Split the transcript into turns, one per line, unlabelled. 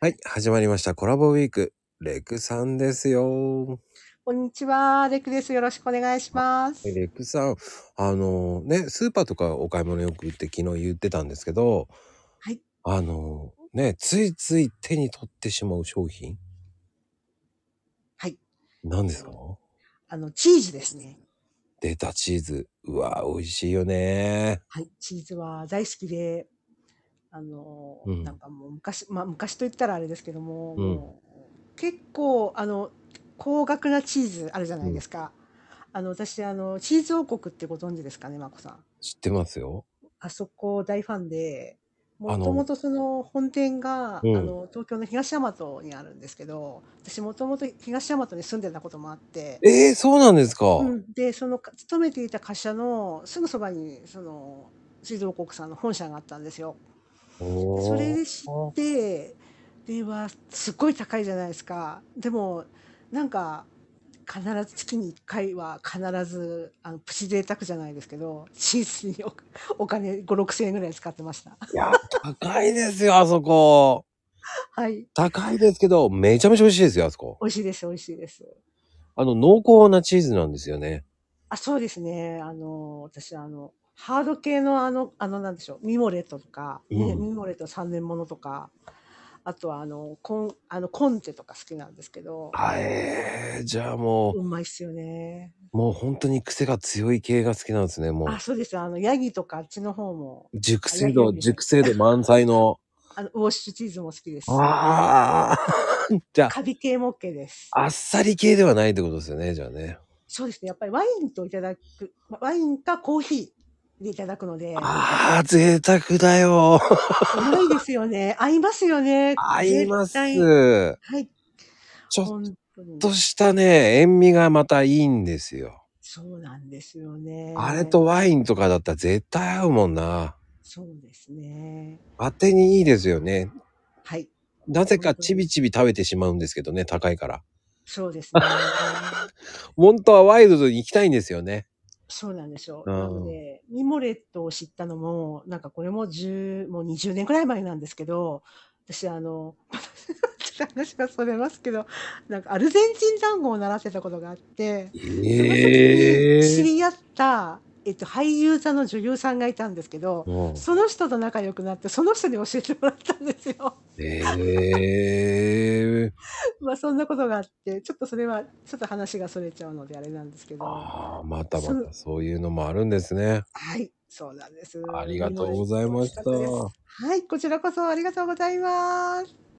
はい、始まりました。コラボウィーク、レクさんですよ。
こんにちは、レクです。よろしくお願いします。
レクさん、あのね、スーパーとかお買い物よく行って昨日言ってたんですけど、
はい。
あのね、ついつい手に取ってしまう商品
はい。
何ですか
あの、チーズですね。
出たチーズ。うわー、美味しいよね。
はい。チーズは大好きで、あの、
うん
なんかもう昔、まあ昔と言ったらあれですけども、
うん
もう結構、あの、高額なチーズあるじゃないですか。あの、私、あの、チーズ王国ってご存知ですかね、まこさん。
知ってますよ。
あそこ大ファンで、
あ
も
の
ともとその本店が、あ
うん
の、東京の東大和にあるんですけど、私もともと東大和に住んでたこともあって、
えー、そうなんですか、
うん、でそのか勤めていた会社のすぐそばにその水道国さんの本社があったんですよ。
お
で
ー
それで知ってではすっごい高いじゃないですか。でもなんか必ず月に1回は必ずあのプチ贅沢じゃないですけど チーズにおお金5 6千円ぐらい使ってました。
いや、高いですよ、あそこ。
はい
高いですけど、めちゃめちゃ美味しいですよ、あそこ。
美味しいです美味しいです。
あの、濃厚なチーズなんですよね。
あそうですねあの私あのハード系のあのあのなんでしょうミモレットとか、ね
うん
ミモレット3年ものとかあとはあのコンあのコンテとか好きなんですけど
あえー、じゃあもう、
うまいっすよね
もう本当に癖が強い系が好きなんですね、もう
あ。そうですあのヤギとかあっちの方も
熟成
あ
度、
いやいや
熟成度満載 の。
あのウォッシュチーズも好きですし
ああ じゃ
カビ系も OK です
あ、あっさり系ではないってことですよね、じゃあね。
そうですねやっぱりワインといただくワインかコーヒーでいただくのでうま
ああ、贅沢だ よ。
いですよね合いますよね
合います。
絶対
ち
はい
ょっ
本当に
としたね、塩味がまたいいんですよ。
そうなんですよね。
あれと。ワインとかだったら絶対合うもんな。
そうですね。
当てにいいですよね。
はい。
なぜかちびちび食べてしまうんですけどね、高いから。
そうです ね。
本当はワイルドに行きたいんですよね。
そうなんですよ。
うん
なので、ミモレットを知ったのも、なんかこれも10、もう20年くらい前なんですけど、私あの、 ちょっと話がそれますけど、なんかアルゼンチン単語を習ってたことがあって、その時
え
に知
え
り合った、えっと、俳優さんの女優さんがいたんですけど、
うん
その人と仲良くなって、その人に教えてもらったんですよ。
ええ
まあそんなことがあって、ちょっとそれは、ちょっと話がそれちゃうのであれなんですけど。は
ああ、またまたそういうのもあるんですね。
い、そうなんです。
ありがとうございました
美味かったですはい、こちらこそありがとうございます。